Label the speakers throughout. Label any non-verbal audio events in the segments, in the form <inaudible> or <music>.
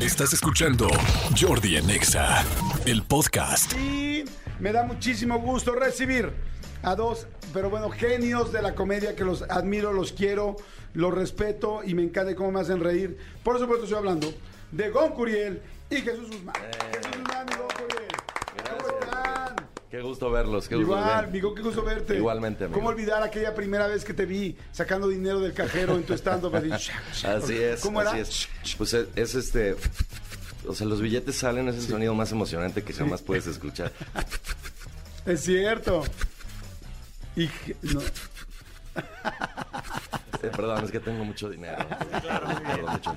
Speaker 1: Estás escuchando Jordi en EXA, el podcast.
Speaker 2: Y me da muchísimo gusto recibir a dos, pero bueno, genios de la comedia que los admiro, los quiero, los respeto y me encanta cómo me hacen reír. Por supuesto, estoy hablando de Gon Curiel y Jesús Guzmán.
Speaker 3: Eh,
Speaker 2: Jesús Guzmán y Gon Curiel. ¿Cómo están?
Speaker 3: Qué gusto verlos, qué gusto.
Speaker 2: Igual,
Speaker 3: bien.
Speaker 2: amigo, qué gusto verte.
Speaker 3: Igualmente, amigo.
Speaker 2: ¿Cómo olvidar aquella primera vez que te vi sacando dinero del cajero en tu
Speaker 3: <laughs>
Speaker 2: stand-up?
Speaker 3: Así es,
Speaker 2: ¿Cómo
Speaker 3: así
Speaker 2: era?
Speaker 3: es. Pues es, es este. O sea, los billetes salen, es el sonido más emocionante que jamás puedes escuchar.
Speaker 2: Es cierto. Y que- no,
Speaker 3: Eh, perdón, es que tengo
Speaker 2: <laughs>
Speaker 3: mucho dinero. Perdón, mucho.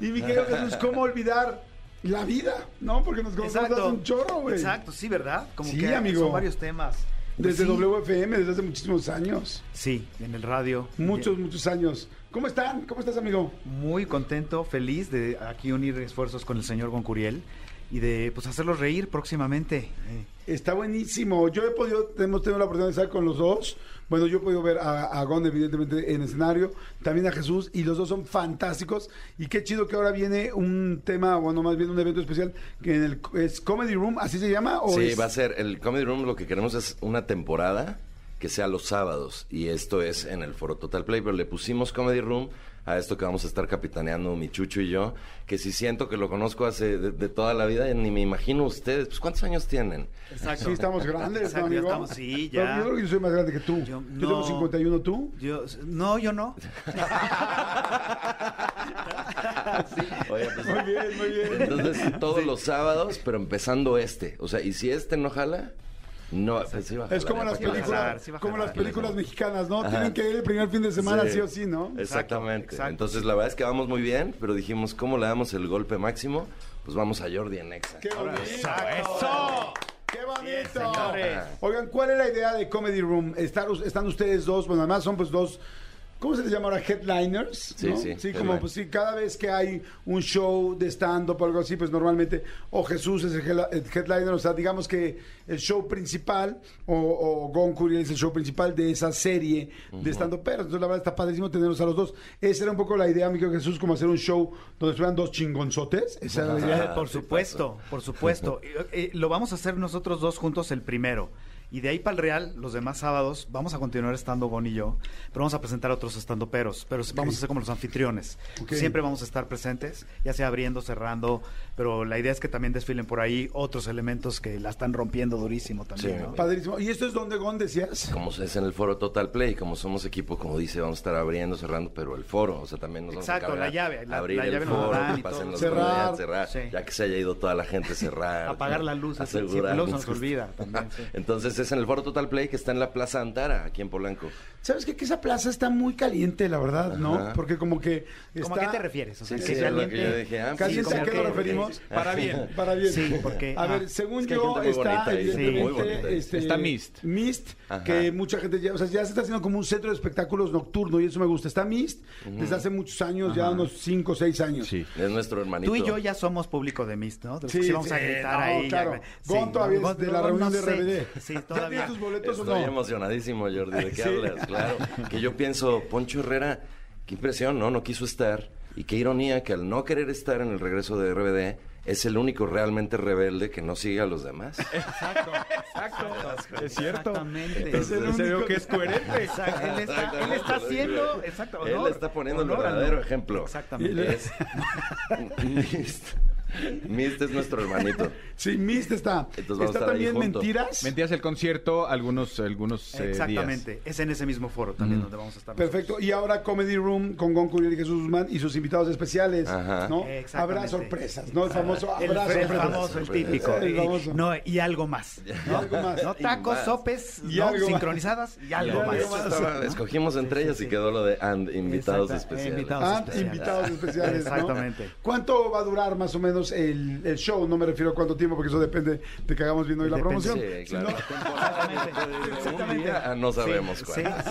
Speaker 2: Y mi querido
Speaker 4: <laughs>
Speaker 2: Jesús, ¿cómo olvidar la vida? ¿No? Porque nos contaste
Speaker 4: Exacto.
Speaker 2: un chorro, güey.
Speaker 4: Exacto, sí, ¿verdad? Como
Speaker 2: Sí,
Speaker 4: que
Speaker 2: amigo.
Speaker 4: son varios temas. Pues
Speaker 2: Desde
Speaker 4: Sí.
Speaker 2: WFM, desde hace muchísimos años.
Speaker 4: Sí, en el radio.
Speaker 2: Muchos, muchos años. ¿Cómo están? ¿Cómo estás, amigo?
Speaker 4: Muy contento, feliz de aquí unir esfuerzos con el señor Goncuriel y de pues hacerlos reír próximamente. Eh,
Speaker 2: Está buenísimo. Yo he podido, hemos tenido la oportunidad de estar con los dos. Bueno, yo he podido ver a, a Gon, evidentemente, en escenario, también a Jesús, y los dos son fantásticos. Y qué chido que ahora viene un tema, bueno, más bien un evento especial, que en el, es Comedy Room, ¿así se llama? ¿O
Speaker 3: Sí,
Speaker 2: Oh, es-
Speaker 3: va a ser. El Comedy Room lo que queremos es una temporada que sea los sábados. Y esto es en el Foro Total Play. Pero le pusimos Comedy Room a esto que vamos a estar capitaneando mi chucho y yo. Que si siento que lo conozco hace de, de toda la vida, ni me imagino ustedes. Pues, ¿cuántos años tienen?
Speaker 4: Exacto.
Speaker 2: Sí, estamos grandes, ¿no,
Speaker 4: Exacto, ya
Speaker 2: amigo?
Speaker 4: estamos, sí, ya.
Speaker 2: Pero yo creo que yo soy más grande que tú. Yo,
Speaker 4: Yo-
Speaker 2: tengo
Speaker 4: no.
Speaker 2: 51, ¿tú?
Speaker 4: Yo, no, yo no.
Speaker 3: Oye, pues-
Speaker 2: Muy bien, muy bien.
Speaker 3: Entonces, todos los sábados, pero empezando este. O sea, y si este no jala, no, pues sí va a
Speaker 2: Es
Speaker 3: jalar,
Speaker 2: como
Speaker 3: ya
Speaker 2: las
Speaker 3: para que
Speaker 4: jalar,
Speaker 2: películas,
Speaker 4: sí va a
Speaker 2: como las
Speaker 4: jalar.
Speaker 2: películas mexicanas, ¿no?
Speaker 3: Ajá.
Speaker 2: Tienen que ir el primer fin de semana sí, o sí, ¿no?
Speaker 3: Exactamente.
Speaker 4: exacto.
Speaker 3: Entonces, la verdad es que vamos muy bien, pero dijimos, ¿cómo le damos el golpe máximo? Pues vamos a Jordi en Exa.
Speaker 2: ¡Qué bonito!
Speaker 4: ¡Eso!
Speaker 2: ¡Qué bonito!
Speaker 4: señores.
Speaker 2: Oigan, ¿cuál es la idea de Comedy Room? Estar, están ustedes dos, bueno, además son pues dos, ¿cómo se les llama ahora? Headliners.
Speaker 3: Sí,
Speaker 2: ¿no?
Speaker 3: sí,
Speaker 2: como
Speaker 3: headline.
Speaker 2: pues sí, cada vez que hay un show de stand-up o algo así, pues normalmente o Jesús es el, headla- el headliner, o sea, digamos que el show principal o, o Gon Curiel es el show principal de esa serie de stand-up. Pero entonces la verdad está padrísimo tenerlos a los dos. Esa era un poco la idea, amigo Jesús, como hacer un show donde estuvieran dos chingonzotes. Esa era la idea.
Speaker 3: Ah,
Speaker 4: por
Speaker 3: sí
Speaker 4: supuesto, por
Speaker 2: <laughs>
Speaker 4: supuesto. Eh, eh, lo vamos a hacer nosotros dos juntos el primero. Y de ahí para el Real, los demás sábados, vamos a continuar estando Gon y yo, pero vamos a presentar a otros estando peros, pero vamos a ser como los anfitriones.
Speaker 2: Ok.
Speaker 4: Siempre vamos a estar presentes, ya sea abriendo, cerrando, pero la idea es que también desfilen por ahí otros elementos que la están rompiendo durísimo también.
Speaker 3: Sí.
Speaker 4: ¿no?
Speaker 2: Padrísimo. ¿Y esto es donde Gon decías?
Speaker 3: Como es en el foro Total Play, como somos equipo, como dice, vamos a estar abriendo, cerrando, pero el foro, o sea, también nos vamos
Speaker 4: Exacto,
Speaker 3: a encargar
Speaker 4: la llave, la-
Speaker 3: abrir
Speaker 4: la
Speaker 3: el
Speaker 4: llave nos la
Speaker 3: foro,
Speaker 4: dan
Speaker 3: que
Speaker 4: y
Speaker 3: pasen
Speaker 4: todo.
Speaker 3: los
Speaker 2: Cerrar.
Speaker 3: comediantes, cerrar,
Speaker 4: Sí.
Speaker 3: ya que se haya ido toda la gente, cerrar.
Speaker 4: <laughs> Apagar las luces, sí,
Speaker 3: asegurar.
Speaker 4: luego se nos olvida
Speaker 3: <laughs>
Speaker 4: también, sí.
Speaker 3: Entonces es en el foro Total Play que está en la Plaza Antara, aquí en Polanco.
Speaker 2: ¿Sabes qué? Que esa plaza está muy caliente, la verdad, ¿no?
Speaker 3: Ajá.
Speaker 2: porque como que
Speaker 4: ¿Cómo a
Speaker 2: está-
Speaker 4: qué te refieres? O sea,
Speaker 3: Sí,
Speaker 4: que
Speaker 3: sí,
Speaker 4: sea
Speaker 3: es lo que
Speaker 4: alguien-
Speaker 3: yo dije, ah,
Speaker 2: ¿Casi
Speaker 4: sí,
Speaker 2: a
Speaker 4: como
Speaker 2: qué
Speaker 4: que-
Speaker 2: nos referimos?
Speaker 3: Para bien.
Speaker 2: Para bien.
Speaker 4: Sí, porque-
Speaker 2: A ver,
Speaker 4: ah,
Speaker 2: según
Speaker 3: es que hay
Speaker 2: yo,
Speaker 3: gente muy
Speaker 2: está...
Speaker 3: bonita ahí, sí,
Speaker 2: evidentemente,
Speaker 4: muy
Speaker 3: bonita ahí.
Speaker 2: este,
Speaker 5: Está Mist.
Speaker 2: Mist,
Speaker 3: Ajá.
Speaker 2: que mucha gente ya... O sea, ya se está haciendo como un centro de espectáculos nocturno y eso me gusta. Está Mist desde hace muchos años, ya unos 5 o 6 años.
Speaker 5: Sí.
Speaker 3: Es nuestro hermanito.
Speaker 4: Tú y yo ya somos público de Mist, ¿no? De los que
Speaker 2: Sí,
Speaker 4: sí, vamos
Speaker 2: sí,
Speaker 4: a gritar
Speaker 2: no,
Speaker 4: ahí.
Speaker 2: claro.
Speaker 4: ya-
Speaker 2: Gon todavía es
Speaker 4: Gon-
Speaker 2: de la
Speaker 4: Gon
Speaker 2: reunión
Speaker 4: no
Speaker 2: de
Speaker 4: sé.
Speaker 2: RBD. <laughs>
Speaker 4: Sí,
Speaker 2: ¿Ya tienes
Speaker 4: todavía.
Speaker 2: tus boletos o
Speaker 3: Estoy
Speaker 2: no?
Speaker 3: emocionadísimo, Jordi,
Speaker 4: <laughs>
Speaker 3: ¿de
Speaker 2: Sí.
Speaker 3: qué hablas? Claro. Que yo pienso, Poncho Herrera, qué impresión, ¿no? No quiso estar. Y qué ironía que al no querer estar en el regreso de RBD, es el único realmente rebelde que no sigue a los
Speaker 4: <laughs>
Speaker 3: demás.
Speaker 5: Exacto. Es cierto.
Speaker 4: Exactamente.
Speaker 2: Es el
Speaker 5: Se veo
Speaker 2: único-
Speaker 5: que es
Speaker 4: <laughs>
Speaker 5: coherente.
Speaker 4: Exacto, Él está, él está haciendo. Exacto,
Speaker 3: Él
Speaker 4: honor-
Speaker 3: está poniendo el
Speaker 4: honor al-
Speaker 3: verdadero ejemplo.
Speaker 4: Exactamente.
Speaker 3: Es- <laughs> Mist. Mist es nuestro hermanito.
Speaker 2: Sí, Mist está.
Speaker 3: Entonces vamos a
Speaker 2: está
Speaker 3: estar ahí
Speaker 2: también
Speaker 3: juntos.
Speaker 2: Mentiras.
Speaker 5: Mentiras el concierto, algunos, algunos eh, días.
Speaker 4: Exactamente. Es en ese mismo foro también donde vamos a estar.
Speaker 2: Perfecto. Y ahora Comedy Room con Gon Curiel y Jesús Guzmán y sus invitados especiales.
Speaker 3: Ajá.
Speaker 2: ¿no?
Speaker 4: Exactamente. Ah,
Speaker 2: Habrá sorpresas, ¿no? El famoso
Speaker 4: El,
Speaker 2: habrá
Speaker 4: el
Speaker 2: sorpresas.
Speaker 4: famoso, el típico.
Speaker 2: El famoso.
Speaker 4: Y, no, y algo más.
Speaker 2: Y algo más.
Speaker 4: No
Speaker 3: Y
Speaker 4: tacos,
Speaker 3: más.
Speaker 4: sopes,
Speaker 2: Y
Speaker 4: no,
Speaker 2: algo más.
Speaker 4: sincronizadas y algo
Speaker 2: algo
Speaker 4: más.
Speaker 3: Eso estaba- Escogimos entre ellas y quedó lo de and invitados
Speaker 4: Exacto,
Speaker 3: especiales.
Speaker 4: eh, invitados.
Speaker 2: Ah,
Speaker 4: especiales.
Speaker 2: invitados especiales. ¿no?
Speaker 4: Exactamente.
Speaker 2: ¿Cuánto va a durar más o menos el, el show? No me refiero a cuánto tiempo, porque eso depende de que hagamos bien hoy la
Speaker 4: Depende.
Speaker 2: promoción.
Speaker 3: Sí, claro.
Speaker 2: Si
Speaker 3: <laughs>
Speaker 2: no-
Speaker 4: Exactamente.
Speaker 3: Un día, ah, no sabemos
Speaker 4: Sí,
Speaker 3: cuándo.
Speaker 4: sí,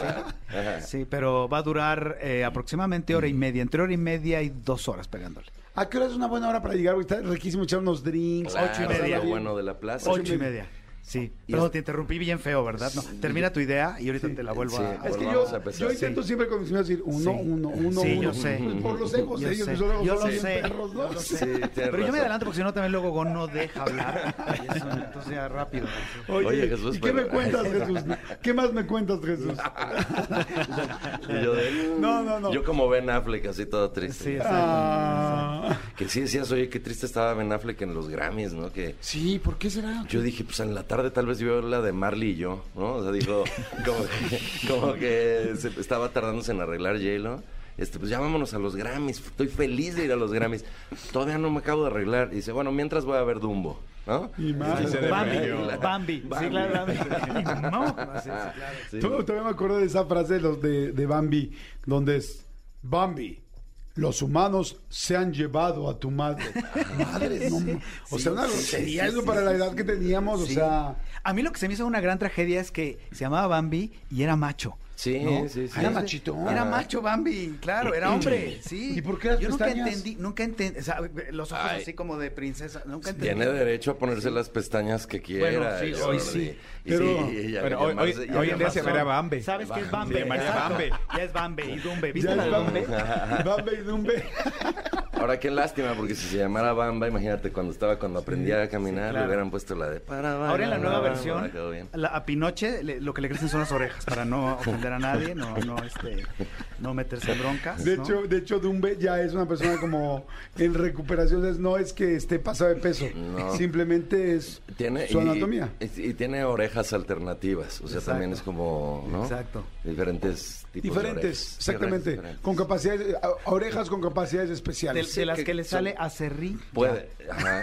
Speaker 4: sí.
Speaker 3: Ajá.
Speaker 4: Sí, pero va a durar eh, aproximadamente hora y media, entre hora y media y dos horas pegándole.
Speaker 2: ¿A qué hora es una buena hora para llegar? Porque está riquísimo echar unos drinks.
Speaker 3: Claro,
Speaker 4: Ocho y
Speaker 3: es
Speaker 4: media.
Speaker 3: lo bueno de la plaza.
Speaker 4: Ocho y media. Sí,
Speaker 3: Y
Speaker 4: pero
Speaker 3: es-
Speaker 4: te interrumpí bien feo, ¿verdad? No, termina tu idea y ahorita te la vuelvo
Speaker 3: sí.
Speaker 4: a...
Speaker 2: Es que
Speaker 3: Volvamos
Speaker 2: yo,
Speaker 3: a empezar.
Speaker 2: yo intento
Speaker 4: Sí.
Speaker 2: siempre con mis amigos decir uno,
Speaker 4: Sí.
Speaker 2: uno, uno,
Speaker 4: Sí,
Speaker 2: uno.
Speaker 4: yo sé.
Speaker 2: Pues por los egos
Speaker 4: Yo
Speaker 2: de ellos,
Speaker 4: sé.
Speaker 2: que son egos
Speaker 4: Yo lo
Speaker 2: bien
Speaker 4: sé.
Speaker 2: perros, ¿no?
Speaker 4: Yo lo sé.
Speaker 3: Sí, tienes
Speaker 4: Pero yo
Speaker 3: razón.
Speaker 4: me adelanto porque si no también luego Gon no deja hablar. Y eso, <laughs> Entonces ya rápido.
Speaker 2: Oye,
Speaker 3: Oye, Jesús,
Speaker 2: ¿y qué me
Speaker 3: pero-
Speaker 2: cuentas, Jesús? ¿Qué más me cuentas, Jesús?
Speaker 3: Y yo de-
Speaker 2: No, no, no.
Speaker 3: Yo como Ben Affleck, así todo
Speaker 4: Sí,
Speaker 3: triste.
Speaker 4: exacto.
Speaker 2: Ah.
Speaker 3: Que sí decías, oye, qué triste estaba Ben Affleck en los Grammys, ¿no? Que
Speaker 2: Sí, ¿por qué será?
Speaker 3: yo dije, pues en la tarde tal vez vio la de Marley y yo, ¿no? O sea, dijo, <laughs> como que, como que se estaba tardándose en arreglar J-Lo. Este, pues ya vámonos a los Grammys, estoy feliz de ir a los Grammys. Todavía no me acabo de arreglar. Y dice, bueno, mientras voy a ver Dumbo, ¿no?
Speaker 2: Y más.
Speaker 3: Sí, se
Speaker 5: de
Speaker 4: Bambi,
Speaker 5: medio.
Speaker 4: Bambi. Sí, claro, Bambi. <laughs> No, Ah, sí, sí, claro.
Speaker 3: Ah. Sí.
Speaker 2: Tú- Todavía me acuerdo de esa frase de, los de, de Bambi, donde es Bambi. Los humanos se han llevado a tu madre. Madre, no, O sea, una grosería eso para la edad que teníamos.
Speaker 4: Sí.
Speaker 2: O sea,
Speaker 4: A mí lo que se me hizo una gran tragedia es que se llamaba Bambi y era macho.
Speaker 3: Sí,
Speaker 4: ¿no?
Speaker 3: sí, sí.
Speaker 2: Era machito.
Speaker 4: Era
Speaker 3: Ajá.
Speaker 4: macho Bambi, claro, era hombre, sí.
Speaker 2: Ah. ¿Y por qué las
Speaker 4: Yo nunca
Speaker 2: pestañas?
Speaker 4: entendí, nunca entendí, o sea, los ojos
Speaker 3: Ay.
Speaker 4: así como de princesa, nunca entendí.
Speaker 3: Tiene derecho a ponerse las pestañas que quiera.
Speaker 4: sí,
Speaker 3: y
Speaker 4: hoy
Speaker 3: Jordi.
Speaker 4: sí.
Speaker 3: Y
Speaker 2: Pero-
Speaker 3: y ya
Speaker 5: pero hoy- hoy-
Speaker 3: llamarse- ya
Speaker 5: hoy en día se
Speaker 3: llamarse-
Speaker 5: verá Bambi.
Speaker 4: ¿Sabes qué es
Speaker 3: Bambi.
Speaker 4: Bambi?
Speaker 3: Se llamaría
Speaker 4: Exacto.
Speaker 5: Bambi.
Speaker 4: Ya es Bambi y Dumbe,
Speaker 2: ya
Speaker 4: ¿viste
Speaker 2: es
Speaker 4: la de
Speaker 2: Bambi.
Speaker 4: Dumbe?
Speaker 2: Bambi y Dumbe.
Speaker 3: Ahora qué lástima, porque si se llamara Bamba, imagínate cuando estaba, cuando aprendía a caminar,
Speaker 4: claro.
Speaker 3: le hubieran puesto la de para
Speaker 4: Ahora en la
Speaker 3: bailar,
Speaker 4: nueva
Speaker 3: bailar,
Speaker 4: versión,
Speaker 3: bailar, quedó bien.
Speaker 4: la- a Pinoche le- lo que le crecen son las orejas para no
Speaker 3: <laughs>
Speaker 4: ofender a nadie, no, no, este, no meterse en broncas.
Speaker 3: Pues
Speaker 2: De
Speaker 4: ¿no?
Speaker 2: hecho, de hecho, Dumbe ya es una persona como en recuperación. o sea, No es que esté pasado de peso.
Speaker 3: No.
Speaker 2: Simplemente es
Speaker 3: Tiene,
Speaker 2: su
Speaker 3: y-
Speaker 2: anatomía.
Speaker 3: Y, y tiene orejas alternativas. O sea,
Speaker 4: Exacto.
Speaker 3: también es como, ¿no?
Speaker 4: Exacto.
Speaker 3: Diferentes tipos de
Speaker 2: Diferentes,
Speaker 3: orejas.
Speaker 2: exactamente.
Speaker 3: Diferentes,
Speaker 2: Con capacidades, eh, a- orejas con capacidades
Speaker 4: de,
Speaker 2: especiales.
Speaker 4: de las que,
Speaker 3: que
Speaker 4: le
Speaker 3: son-
Speaker 4: sale a Cerrí.
Speaker 3: Puede. Ajá.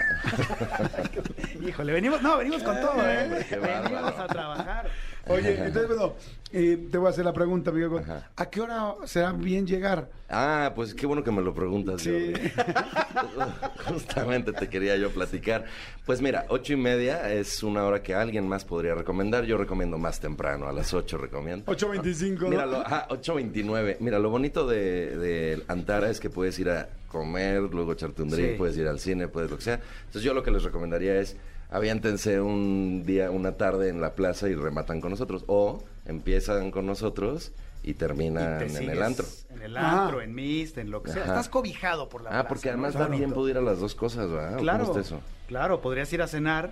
Speaker 4: Híjole, venimos, no, venimos con todo, ¿eh?
Speaker 3: Hombre, qué
Speaker 4: Venimos
Speaker 3: bárbaro.
Speaker 4: a trabajar.
Speaker 2: Oye, entonces, bueno, eh, te voy a hacer la pregunta, amigo.
Speaker 3: Ajá.
Speaker 2: ¿A qué hora será bien llegar?
Speaker 3: Ah, pues qué bueno que me lo preguntas,
Speaker 2: Sí.
Speaker 4: <laughs>
Speaker 3: Jordi. Justamente te quería yo platicar. Pues mira, ocho y media es una hora que alguien más podría recomendar. Yo recomiendo más temprano, a las ocho recomiendo.
Speaker 2: 8.25. ¿no?
Speaker 3: Mira, lo, ajá, 8.29. Mira, lo bonito de, de Antara es que puedes ir a comer, luego echarte un drink,
Speaker 4: Sí.
Speaker 3: puedes ir al cine, puedes lo que sea. Entonces yo lo que les recomendaría es aviéntense un día, una tarde en la plaza y rematan con nosotros. O empiezan con nosotros y
Speaker 4: Y
Speaker 3: terminan
Speaker 4: te
Speaker 3: en
Speaker 4: sigues
Speaker 3: el antro.
Speaker 4: En el antro,
Speaker 2: Ah.
Speaker 4: en mist, en lo que sea.
Speaker 3: Ajá.
Speaker 4: Estás cobijado por la
Speaker 3: Ah, porque
Speaker 4: plaza, ¿no?
Speaker 3: además
Speaker 4: Está
Speaker 3: da
Speaker 4: bonito.
Speaker 3: tiempo de ir a las dos cosas, ¿verdad? ¿O
Speaker 4: Claro,
Speaker 3: Ah, ¿Cómo está eso?
Speaker 4: claro, podrías ir a cenar,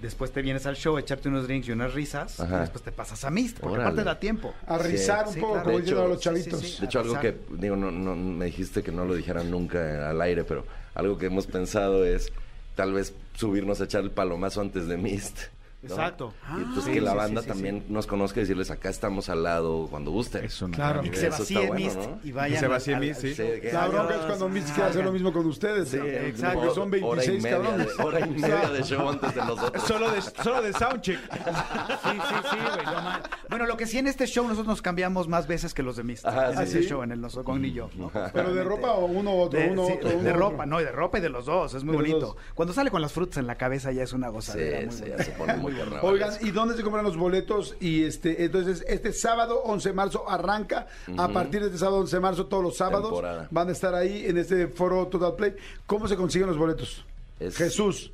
Speaker 4: después te vienes al show, echarte unos drinks y unas risas,
Speaker 3: Ajá.
Speaker 4: y después te pasas a mist, porque
Speaker 3: Órale.
Speaker 4: aparte da tiempo.
Speaker 2: a rizar
Speaker 3: Sí,
Speaker 2: un
Speaker 4: sí,
Speaker 2: poco,
Speaker 4: claro.
Speaker 2: como
Speaker 3: De
Speaker 2: dicen
Speaker 3: hecho,
Speaker 2: a los
Speaker 3: sí,
Speaker 2: chavitos.
Speaker 4: sí, sí.
Speaker 3: De hecho, algo que, digo, no, no, me dijiste que no lo dijeran nunca al aire, pero algo que hemos pensado es tal vez subirnos a echar el palomazo antes de Mist. ¿no?
Speaker 4: Exacto.
Speaker 3: Y entonces
Speaker 4: Ah,
Speaker 3: que
Speaker 4: sí,
Speaker 3: la
Speaker 4: sí,
Speaker 3: banda
Speaker 4: sí, sí,
Speaker 3: también nos conozca y decirles, acá estamos al lado cuando gusten.
Speaker 5: Es una
Speaker 2: Claro.
Speaker 5: gran
Speaker 4: Y
Speaker 5: idea.
Speaker 4: que se
Speaker 3: Eso está
Speaker 4: vacíe
Speaker 3: bueno,
Speaker 4: mist
Speaker 3: ¿no?
Speaker 4: y vayan.
Speaker 5: se vacíe
Speaker 4: al-
Speaker 5: Mist,
Speaker 4: al
Speaker 2: <laughs>
Speaker 5: sí.
Speaker 4: show.
Speaker 3: Sí, que-
Speaker 2: La bronca es cuando Mitch quiere hacer lo mismo con ustedes.
Speaker 3: Sí,
Speaker 2: ¿no?
Speaker 4: exacto.
Speaker 2: Porque son
Speaker 3: hora y
Speaker 2: 26
Speaker 3: media de-
Speaker 2: cabrones.
Speaker 3: hora y
Speaker 2: O sea,
Speaker 3: media
Speaker 2: <laughs>
Speaker 3: de show antes de nosotros.
Speaker 5: Solo de, solo de soundcheck.
Speaker 4: <laughs> Sí, sí, sí, güey, no mal. Bueno, lo que sí en este show nosotros nos cambiamos más veces que los de Mist.
Speaker 3: Ajá,
Speaker 4: en
Speaker 3: sí.
Speaker 4: este
Speaker 3: ¿Ah, sí?
Speaker 4: show, en el Noso con y yo. ¿no?
Speaker 2: Pero de ropa o uno u otro,
Speaker 4: De,
Speaker 2: uno u
Speaker 4: sí,
Speaker 2: otro.
Speaker 4: de
Speaker 2: uno u otro.
Speaker 4: ropa, no, y de ropa y de los dos, es muy
Speaker 2: De los
Speaker 4: bonito.
Speaker 2: dos.
Speaker 4: Cuando sale con las frutas en la cabeza ya es una gozadera.
Speaker 3: Sí,
Speaker 4: muy
Speaker 3: sí,
Speaker 4: bonita.
Speaker 3: ya se pone muy carnavalesco.
Speaker 2: Oigan, ¿y dónde se compran los boletos? Y este, entonces, este sábado 11 de marzo arranca. A partir de este sábado 11 de marzo, todos los sábados
Speaker 3: Temporada.
Speaker 2: van a estar ahí en este foro Total Play. ¿Cómo se consiguen los boletos?
Speaker 3: Es-
Speaker 2: Jesús.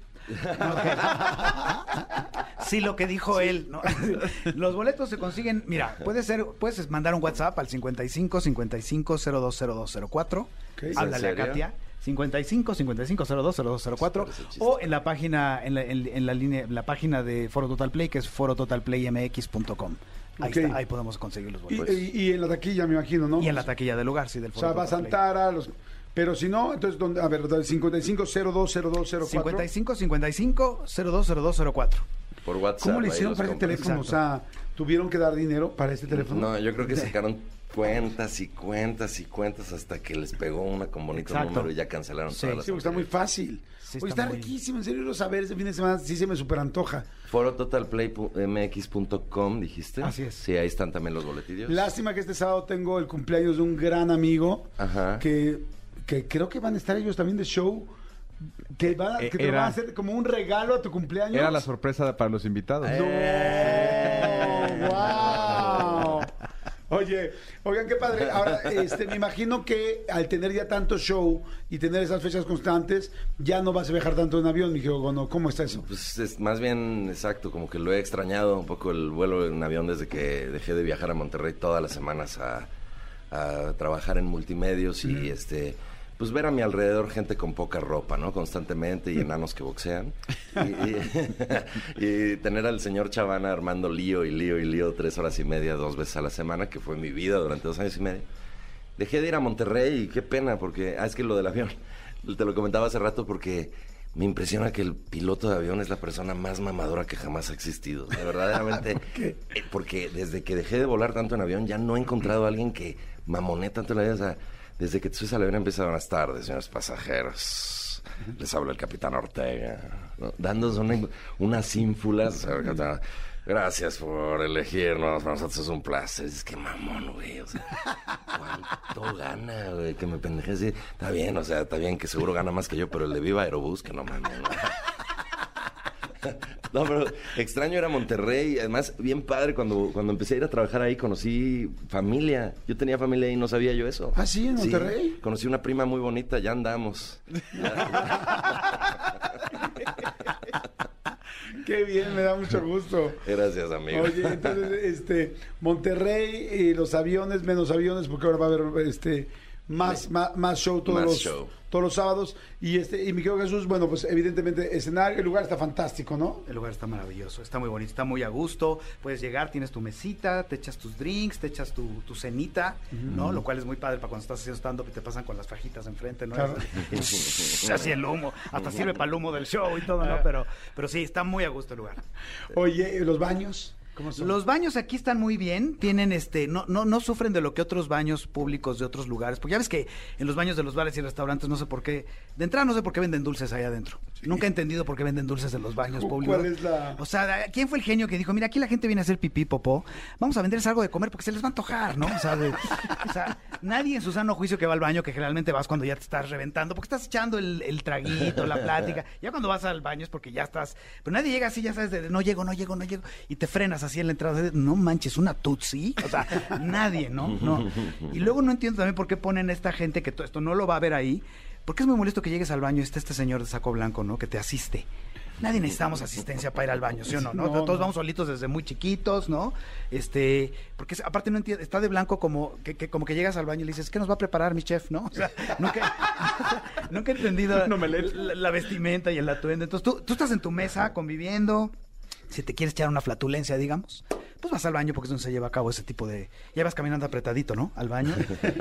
Speaker 4: Sí, lo que dijo él. ¿no? <laughs> Los boletos se consiguen. Mira, puede ser, puedes mandar un WhatsApp al 55 55 020204.
Speaker 2: Ok.
Speaker 4: Háblale
Speaker 3: ¿En
Speaker 4: a
Speaker 3: serio?
Speaker 4: Katia. 55 55 020204
Speaker 3: Espera ese chiste.
Speaker 4: o en la página en la, en- en la línea en la página de Foro Total Play que es forototalplaymx.com. Ahí,
Speaker 2: Ok.
Speaker 4: está, ahí podemos conseguir los
Speaker 2: Y,
Speaker 3: Pues,
Speaker 4: boletos.
Speaker 2: y- y en la taquilla, me imagino, ¿no?
Speaker 4: Y, en la taquilla del lugar, sí, del
Speaker 2: O
Speaker 4: Foro
Speaker 2: sea, va a
Speaker 4: Total Play.
Speaker 2: Santara. Los... Pero si no, entonces, ¿dónde? a ver, 55-020204.
Speaker 4: 55 55 020204.
Speaker 3: Por WhatsApp.
Speaker 2: ¿Cómo le
Speaker 3: ahí
Speaker 2: hicieron
Speaker 3: los
Speaker 2: para este
Speaker 3: compras.
Speaker 2: teléfono? O sea, ¿tuvieron que dar dinero para este teléfono?
Speaker 3: No, yo creo
Speaker 4: <laughs>
Speaker 3: que sacaron cuentas y cuentas y cuentas hasta que les pegó una con bonito
Speaker 4: Exacto.
Speaker 3: número y ya cancelaron
Speaker 4: Sí.
Speaker 3: todas las
Speaker 2: Sí, porque está muy fácil.
Speaker 4: Sí,
Speaker 2: Oye,
Speaker 4: está
Speaker 2: está,
Speaker 4: muy-
Speaker 2: riquísimo, en serio, los saberes de fin de semana sí se me superantoja.
Speaker 3: Forototalplaymx.com, dijiste.
Speaker 4: Así es.
Speaker 3: Sí, ahí están también los boletillos.
Speaker 2: Lástima que este sábado tengo el cumpleaños de un gran amigo
Speaker 3: Ajá.
Speaker 2: que, que creo que van a estar ellos también de show. Que, van a-
Speaker 5: Eh,
Speaker 2: que te lo
Speaker 5: era-
Speaker 2: van a hacer como un regalo a tu cumpleaños.
Speaker 5: Era la
Speaker 4: Eh,
Speaker 5: Eh. sorpresa para los invitados.
Speaker 2: ¡No! ¡Wow! Oye, oigan, qué padre. Ahora, este, me imagino que al tener ya tanto show y tener esas fechas constantes, ya no vas a viajar tanto en avión, mi Gono. ¿Cómo está eso?
Speaker 3: Pues es más bien exacto, como que lo he extrañado un poco el vuelo en avión desde que dejé de viajar a Monterrey todas las semanas a, a trabajar en multimedios y este pues ver a mi alrededor gente con poca ropa, ¿no? Constantemente y enanos que boxean. Y, <laughs> y- y tener al señor Chavana armando lío y lío y lío tres horas y media, dos veces a la semana, que fue mi vida durante dos años y medio. Dejé de ir a Monterrey y qué pena, porque. Ah, es que lo del avión. Te lo comentaba hace rato porque me impresiona que el piloto de avión es la persona más mamadora que jamás ha existido. De verdaderamente. eh, Porque desde que dejé de volar tanto en avión, ya no he encontrado a alguien que mamone tanto en la vida. O sea, desde que te subes al avión empieza buenas tardes, señores pasajeros. Les habla el capitán Ortega. ¿no? Dándose una- unas ínfulas. o sea, capitán, Gracias por elegirnos. Para nosotros es un placer. Es que mamón, güey. O sea, ¿Cuánto gana, güey? Que me pendeje así. Está bien, o sea, está bien que seguro gana más que yo, pero el de Viva Aerobús, que no mames. ¿no? <laughs> No, pero extraño era Monterrey. Además, bien padre, cuando, cuando empecé a ir a trabajar ahí conocí familia. Yo tenía familia y no sabía yo eso.
Speaker 2: ¿Ah, sí? ¿En Monterrey?
Speaker 3: conocí una prima muy bonita, ya andamos.
Speaker 2: Qué bien, me da mucho gusto.
Speaker 3: Gracias, amigo.
Speaker 2: Oye,
Speaker 3: <laughs>
Speaker 2: entonces, este, Monterrey y los aviones, menos aviones, porque ahora va a haber este más, más, más show todos
Speaker 3: Más
Speaker 2: los
Speaker 3: show.
Speaker 2: todos los sábados. Y este, y mi querido Jesús, bueno, pues evidentemente escenario, el lugar está fantástico, ¿no?
Speaker 4: El lugar está maravilloso, está muy bonito, está muy a gusto. Puedes llegar, tienes tu mesita, te echas tus drinks, te echas tu, tu cenita, ¿no? Lo cual es muy padre para cuando estás haciendo stand-up y te pasan con las fajitas enfrente, ¿no?
Speaker 2: Claro.
Speaker 4: <laughs> Así el humo, hasta sirve para el humo del show y todo, ¿no? Pero, pero sí, está muy a gusto el lugar.
Speaker 2: Oye, los baños, ¿cómo son?
Speaker 4: Los baños aquí están muy bien, tienen este, no, no, no sufren de lo que otros baños públicos de otros lugares, porque ya ves que en los baños de los bares y restaurantes no sé por qué, de entrada no sé por qué venden dulces ahí adentro. Nunca he entendido por qué venden dulces en los baños
Speaker 2: ¿Cu-
Speaker 4: públicos.
Speaker 2: cuál es la-
Speaker 4: O sea, ¿quién fue el genio que dijo, mira, aquí la gente viene a hacer pipí, popó, vamos a venderles algo de comer porque se les va a antojar, ¿no? O sea, de- o sea, nadie en su sano juicio que va al baño, que generalmente vas cuando ya te estás reventando, porque estás echando el, el traguito, la
Speaker 2: <laughs>
Speaker 4: plática. Ya cuando vas al baño es porque ya estás... Pero nadie llega así, ya sabes, de, no llego, no llego, no llego. Y te frenas así en la entrada, de, no manches, una tutsi. O sea, nadie, ¿no? no. Y luego no entiendo también por qué ponen a esta gente que todo esto no lo va a ver ahí. Porque es muy molesto que llegues al baño y esté este señor de saco blanco, ¿no? Que te asiste. Nadie necesitamos asistencia para ir al baño, ¿sí o no? ¿no?
Speaker 2: No,
Speaker 4: Todos
Speaker 2: no.
Speaker 4: vamos solitos desde muy chiquitos, ¿no? Este, porque es- aparte no entiendo, está de blanco como que, que- como que llegas al baño y le dices, ¿qué nos va a preparar mi chef, no? O sea, nunca, nunca he entendido la, la vestimenta y el atuendo. Entonces tú, tú estás en tu mesa conviviendo, si te quieres echar una flatulencia, digamos, pues vas al baño porque es donde se lleva a cabo ese tipo de... Ya vas caminando apretadito, ¿no? Al baño.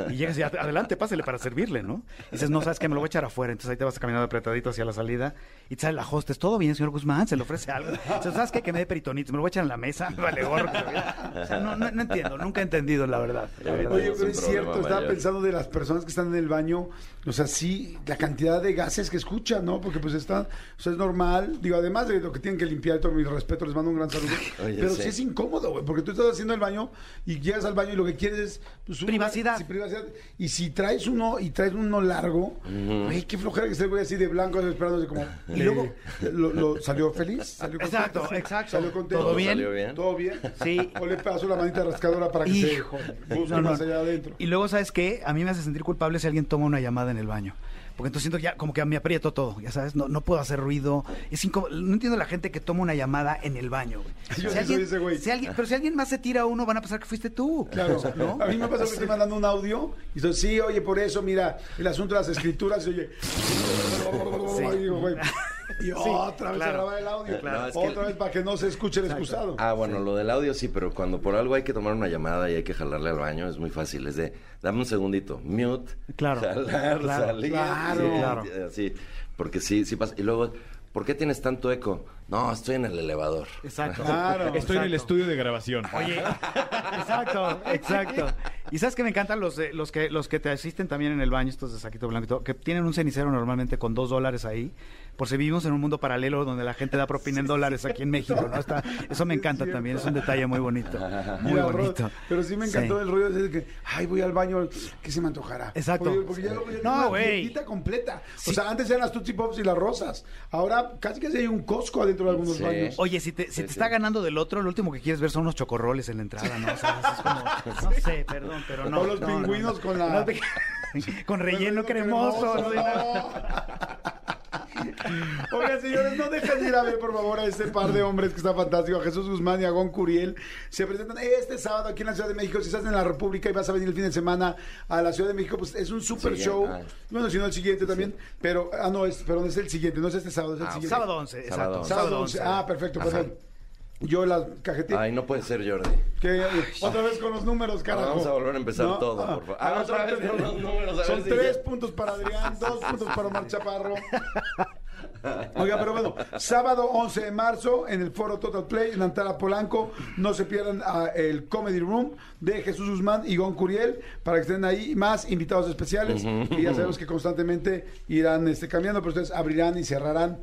Speaker 4: Y llegas y ad- adelante, pásele para servirle, ¿no? Y dices, no, ¿sabes qué? Me lo voy a echar afuera. Entonces ahí te vas caminando apretadito hacia la salida. Y te sale la hostes. Todo bien, señor Guzmán. Se le ofrece algo. O sea, ¿sabes qué? Que me dé peritonitis. Me lo voy a echar en la mesa. <laughs> Vale, gorro. O sea, no, no, no entiendo. Nunca he entendido, la verdad. La verdad.
Speaker 2: Oye,
Speaker 3: Es
Speaker 2: pero
Speaker 3: un
Speaker 2: es
Speaker 3: problema
Speaker 2: cierto, estaba
Speaker 3: mayor.
Speaker 2: pensando de las personas que están en el baño, o sea, sí, la cantidad de gases que escuchan, ¿no? Porque pues está, o sea, es normal, digo, además de lo que tienen que limpiar, y todo mi respeto, les mando un gran saludo,
Speaker 3: <laughs> Oye,
Speaker 2: pero sí.
Speaker 3: sí.
Speaker 2: es incómodo, güey, porque tú estás haciendo el baño y llegas al baño y lo que quieres es... pues, un-
Speaker 4: Privacidad.
Speaker 2: sí, privacidad. Y si traes uno, y traes uno largo, güey, qué flojera que esté el güey así de blanco, esperándose
Speaker 3: <laughs>
Speaker 2: como...
Speaker 4: Y luego-
Speaker 2: lo, lo- ¿Salió feliz? ¿Salió contento?
Speaker 4: Exacto, exacto.
Speaker 2: ¿Salió contento?
Speaker 4: ¿Todo bien?
Speaker 3: ¿Salió bien?
Speaker 2: ¿Todo bien?
Speaker 4: Sí.
Speaker 2: O le pasó la manita rascadora para que
Speaker 4: Hijo.
Speaker 2: se busque
Speaker 4: No, no.
Speaker 2: más allá adentro.
Speaker 4: Y luego, ¿sabes qué? A mí me hace sentir culpable si alguien toma una llamada en el baño. Porque entonces siento que ya como que me aprieto todo, ya sabes, no, no puedo hacer ruido. Es incómodo. No entiendo la gente que toma una llamada en el baño, güey.
Speaker 2: <laughs> Yo sí soy ese güey.
Speaker 4: si alguien- pero si alguien más se tira a uno, van a pensar que fuiste tú. <laughs>
Speaker 2: Claro,
Speaker 4: ¿no?
Speaker 2: <laughs> a mí me pasa que estoy mandando un audio y dice, sí, oye, por eso, mira, el asunto de las escrituras, y oye, <laughs> y, digo, güey, y otra vez
Speaker 4: claro.
Speaker 2: a grabar el audio,
Speaker 3: Claro, es que-
Speaker 2: otra vez para que no se escuche el excusado.
Speaker 3: Ah, bueno, lo del audio sí, pero cuando por algo hay que tomar una llamada y hay que jalarle al baño, es muy fácil. Es de, dame un segundito, mute,
Speaker 4: Claro,
Speaker 3: jalar,
Speaker 4: claro,
Speaker 3: salir.
Speaker 2: claro.
Speaker 3: sí,
Speaker 4: Sí,
Speaker 3: así, porque sí, sí pasa. Y luego, ¿por qué tienes tanto eco? No, estoy en el elevador.
Speaker 4: Exacto.
Speaker 2: Claro.
Speaker 5: Estoy en el
Speaker 4: Exacto.
Speaker 5: estudio de grabación.
Speaker 4: Oye, exacto, exacto. Y sabes que me encantan los, de- los, que, los que te asisten también en el baño, estos de saquito blanco, y todo, que tienen un cenicero normalmente con dos dólares ahí, por si vivimos en un mundo paralelo donde la gente da propina en dólares aquí en México, ¿no? Está- eso me
Speaker 2: Es
Speaker 4: encanta
Speaker 2: cierto.
Speaker 4: también, es un detalle muy bonito. Muy
Speaker 2: Mira, bro,
Speaker 4: bonito.
Speaker 2: Pero sí me encantó el rollo de que, ay, voy al baño, ¿qué se me antojará?
Speaker 4: Exacto.
Speaker 2: Oye, porque ya luego ya
Speaker 4: No,
Speaker 2: tengo una
Speaker 4: güey.
Speaker 2: dietita completa.
Speaker 4: Sí.
Speaker 2: O sea, antes eran las Tootsie Pops y las rosas. Ahora casi casi hay un Costco adentro de algunos
Speaker 3: Sí.
Speaker 2: baños.
Speaker 4: Oye, si te, si
Speaker 3: Sí,
Speaker 4: te
Speaker 3: sí.
Speaker 4: está ganando del otro, lo último que quieres ver son unos chocorroles en la entrada, ¿no? O sea, eso es como, no sé, perdón, pero no.
Speaker 2: O los
Speaker 4: no, no,
Speaker 2: pingüinos
Speaker 4: no.
Speaker 2: con la-
Speaker 4: No te- <laughs> con relleno cremoso. ¿no? De nada.
Speaker 2: <laughs> No. Oigan, señores, no dejen de ir a ver, por favor, a este par de hombres que está fantástico, a Jesús Guzmán y a Gon Curiel. Se presentan este sábado aquí en la Ciudad de México. Si estás en la República y vas a venir el fin de semana a la Ciudad de México, pues es un super
Speaker 3: Siguiente,
Speaker 2: show.
Speaker 3: ah.
Speaker 2: Bueno, si no el siguiente también, pero, ah, no, es, perdón, es el siguiente, no es este sábado, es el
Speaker 3: Ah,
Speaker 2: siguiente.
Speaker 4: Sábado 11, exacto.
Speaker 3: Sábado
Speaker 4: Sábado 11.
Speaker 3: once.
Speaker 2: Sábado 11. Ah, perfecto,
Speaker 3: Ajá.
Speaker 2: perdón. Yo las cajetillas.
Speaker 3: Ay, no puede ser, Jordi.
Speaker 2: Que- otra vez con los números, carajo.
Speaker 3: Vamos a volver a empezar todo, por favor. Ah,
Speaker 2: Ah,
Speaker 3: otra vez con los números, a
Speaker 2: Son
Speaker 3: ver si
Speaker 2: tres
Speaker 3: ya-
Speaker 2: puntos para Adrián, dos puntos para Omar
Speaker 3: <laughs>
Speaker 2: Chaparro. Oiga, pero bueno, sábado 11 de marzo en el foro Total Play en Antara Polanco. No se pierdan ah, el Comedy Room de Jesús Guzmán y Gon Curiel para que estén ahí más invitados especiales. Y ya sabemos que constantemente irán este, cambiando, pero ustedes abrirán y cerrarán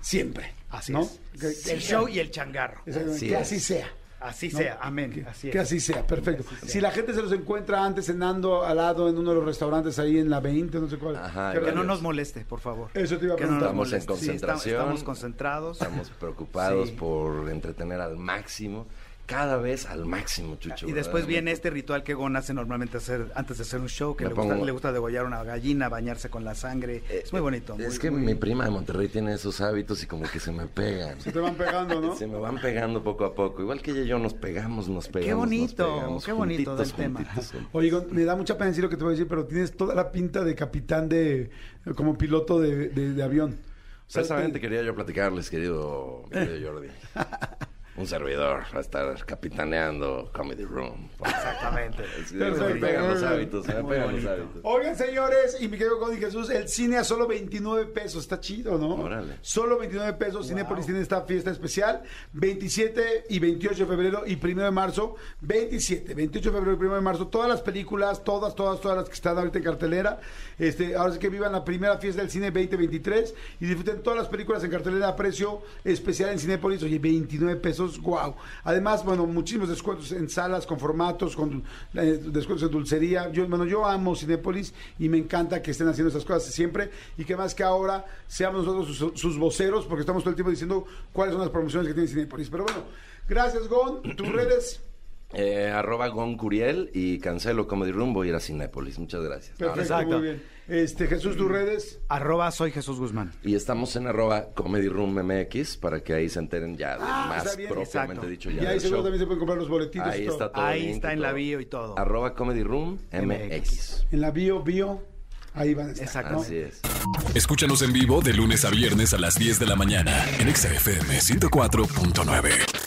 Speaker 2: siempre.
Speaker 4: Así
Speaker 2: ¿no?
Speaker 4: es.
Speaker 2: Que-
Speaker 4: El show y el changarro.
Speaker 2: Exactamente,
Speaker 3: Así
Speaker 2: que
Speaker 3: es.
Speaker 2: así sea.
Speaker 4: Así
Speaker 2: ¿no?
Speaker 4: sea, amén.
Speaker 2: Que
Speaker 4: así
Speaker 2: así,
Speaker 4: es.
Speaker 2: sea, perfecto. Si la gente se los encuentra antes cenando al lado en uno de los restaurantes ahí en la 20, no sé cuál.
Speaker 3: Ajá,
Speaker 2: Qué
Speaker 3: que
Speaker 4: Que
Speaker 2: raro.
Speaker 4: no nos moleste, por favor.
Speaker 2: Eso te iba a
Speaker 4: Que no nos
Speaker 2: preguntar.
Speaker 3: Estamos en
Speaker 4: moleste. Sí, estamos-
Speaker 3: concentración.
Speaker 4: estamos concentrados.
Speaker 3: Estamos preocupados
Speaker 4: Sí.
Speaker 3: por entretener al máximo, cada vez al máximo, Chucho.
Speaker 4: Y después
Speaker 3: verdaderamente.
Speaker 4: viene este ritual que Gon hace normalmente hacer antes de hacer un show, que
Speaker 3: Me
Speaker 4: le gusta,
Speaker 3: pongo-
Speaker 4: le gusta degollar una gallina, bañarse con la sangre.
Speaker 3: Eh,
Speaker 4: Es muy bonito.
Speaker 3: Es
Speaker 4: muy-
Speaker 3: que
Speaker 4: muy-
Speaker 3: mi prima de Monterrey tiene esos hábitos y como que se me pegan.
Speaker 2: Se te van pegando,
Speaker 3: <laughs>
Speaker 2: ¿no?
Speaker 3: Se me van pegando poco a poco. Igual que ella y yo nos pegamos, nos pegamos. nos
Speaker 4: bonito,
Speaker 3: pegamos,
Speaker 4: qué bonito
Speaker 3: juntitos,
Speaker 4: del tema.
Speaker 3: juntitos, juntitos.
Speaker 2: Oye, Gon, me da mucha pena decir lo que te voy a decir, pero tienes toda la pinta de capitán de. como piloto de, de- de avión. O sea,
Speaker 3: Precisamente
Speaker 2: te-
Speaker 3: quería yo platicarles, querido, querido Jordi. Un servidor va a estar capitaneando Comedy Room. <laughs>
Speaker 4: Exactamente.
Speaker 3: Sí, se me pegan los hábitos, se me
Speaker 4: Muy
Speaker 3: pegan los
Speaker 4: bonito.
Speaker 3: hábitos.
Speaker 2: Oigan, señores, y mi querido Cody Jesús, el cine a solo 29 pesos. Está chido, ¿no?
Speaker 3: Órale.
Speaker 2: Solo 29 pesos. Cinépolis tiene esta fiesta especial. 27 y 28 de febrero y 1 de marzo. 27, 28 de febrero y 1 de marzo. Todas las películas, todas, todas, todas las que están ahorita en cartelera. Este, ahora sí que vivan la primera fiesta del cine 2023 y disfruten todas las películas en cartelera a precio especial en Cinépolis. Oye, 29 pesos, wow. Además, bueno, muchísimos descuentos en salas, con formatos, con eh, descuentos en dulcería. Yo, bueno, yo amo Cinépolis y me encanta que estén haciendo esas cosas siempre y que más que ahora seamos nosotros sus, sus voceros porque estamos todo el tiempo diciendo cuáles son las promociones que tiene Cinépolis. Pero bueno, gracias, Gon.
Speaker 3: <clears throat>
Speaker 2: Tus redes.
Speaker 3: Eh, arroba Gon Curiel y cancelo Comedy Room. Voy a ir a Cinépolis. Muchas gracias.
Speaker 2: Perfecto,
Speaker 4: Exacto.
Speaker 2: muy bien. Este, Jesús, tus redes.
Speaker 4: Arroba soy Jesús Guzmán.
Speaker 3: Y estamos en arroba Comedy Room MX para que ahí se enteren ya de
Speaker 2: Ah, está
Speaker 3: más
Speaker 2: bien.
Speaker 3: propiamente
Speaker 4: Exacto.
Speaker 3: dicho.
Speaker 2: Y
Speaker 3: Ya
Speaker 2: ahí
Speaker 3: del
Speaker 2: seguro
Speaker 3: show.
Speaker 2: también se pueden comprar los boletitos.
Speaker 3: Ahí
Speaker 2: y todo.
Speaker 3: está todo.
Speaker 4: Ahí
Speaker 3: linkito,
Speaker 4: está en la
Speaker 3: todo.
Speaker 4: bio y todo.
Speaker 3: Arroba Comedy Room MX.
Speaker 2: En la bio, bio, ahí van a estar.
Speaker 4: Exacto.
Speaker 2: ¿no?
Speaker 3: Así es.
Speaker 1: Escúchanos en vivo de lunes a viernes a las 10 de la mañana en Exa FM 104.9.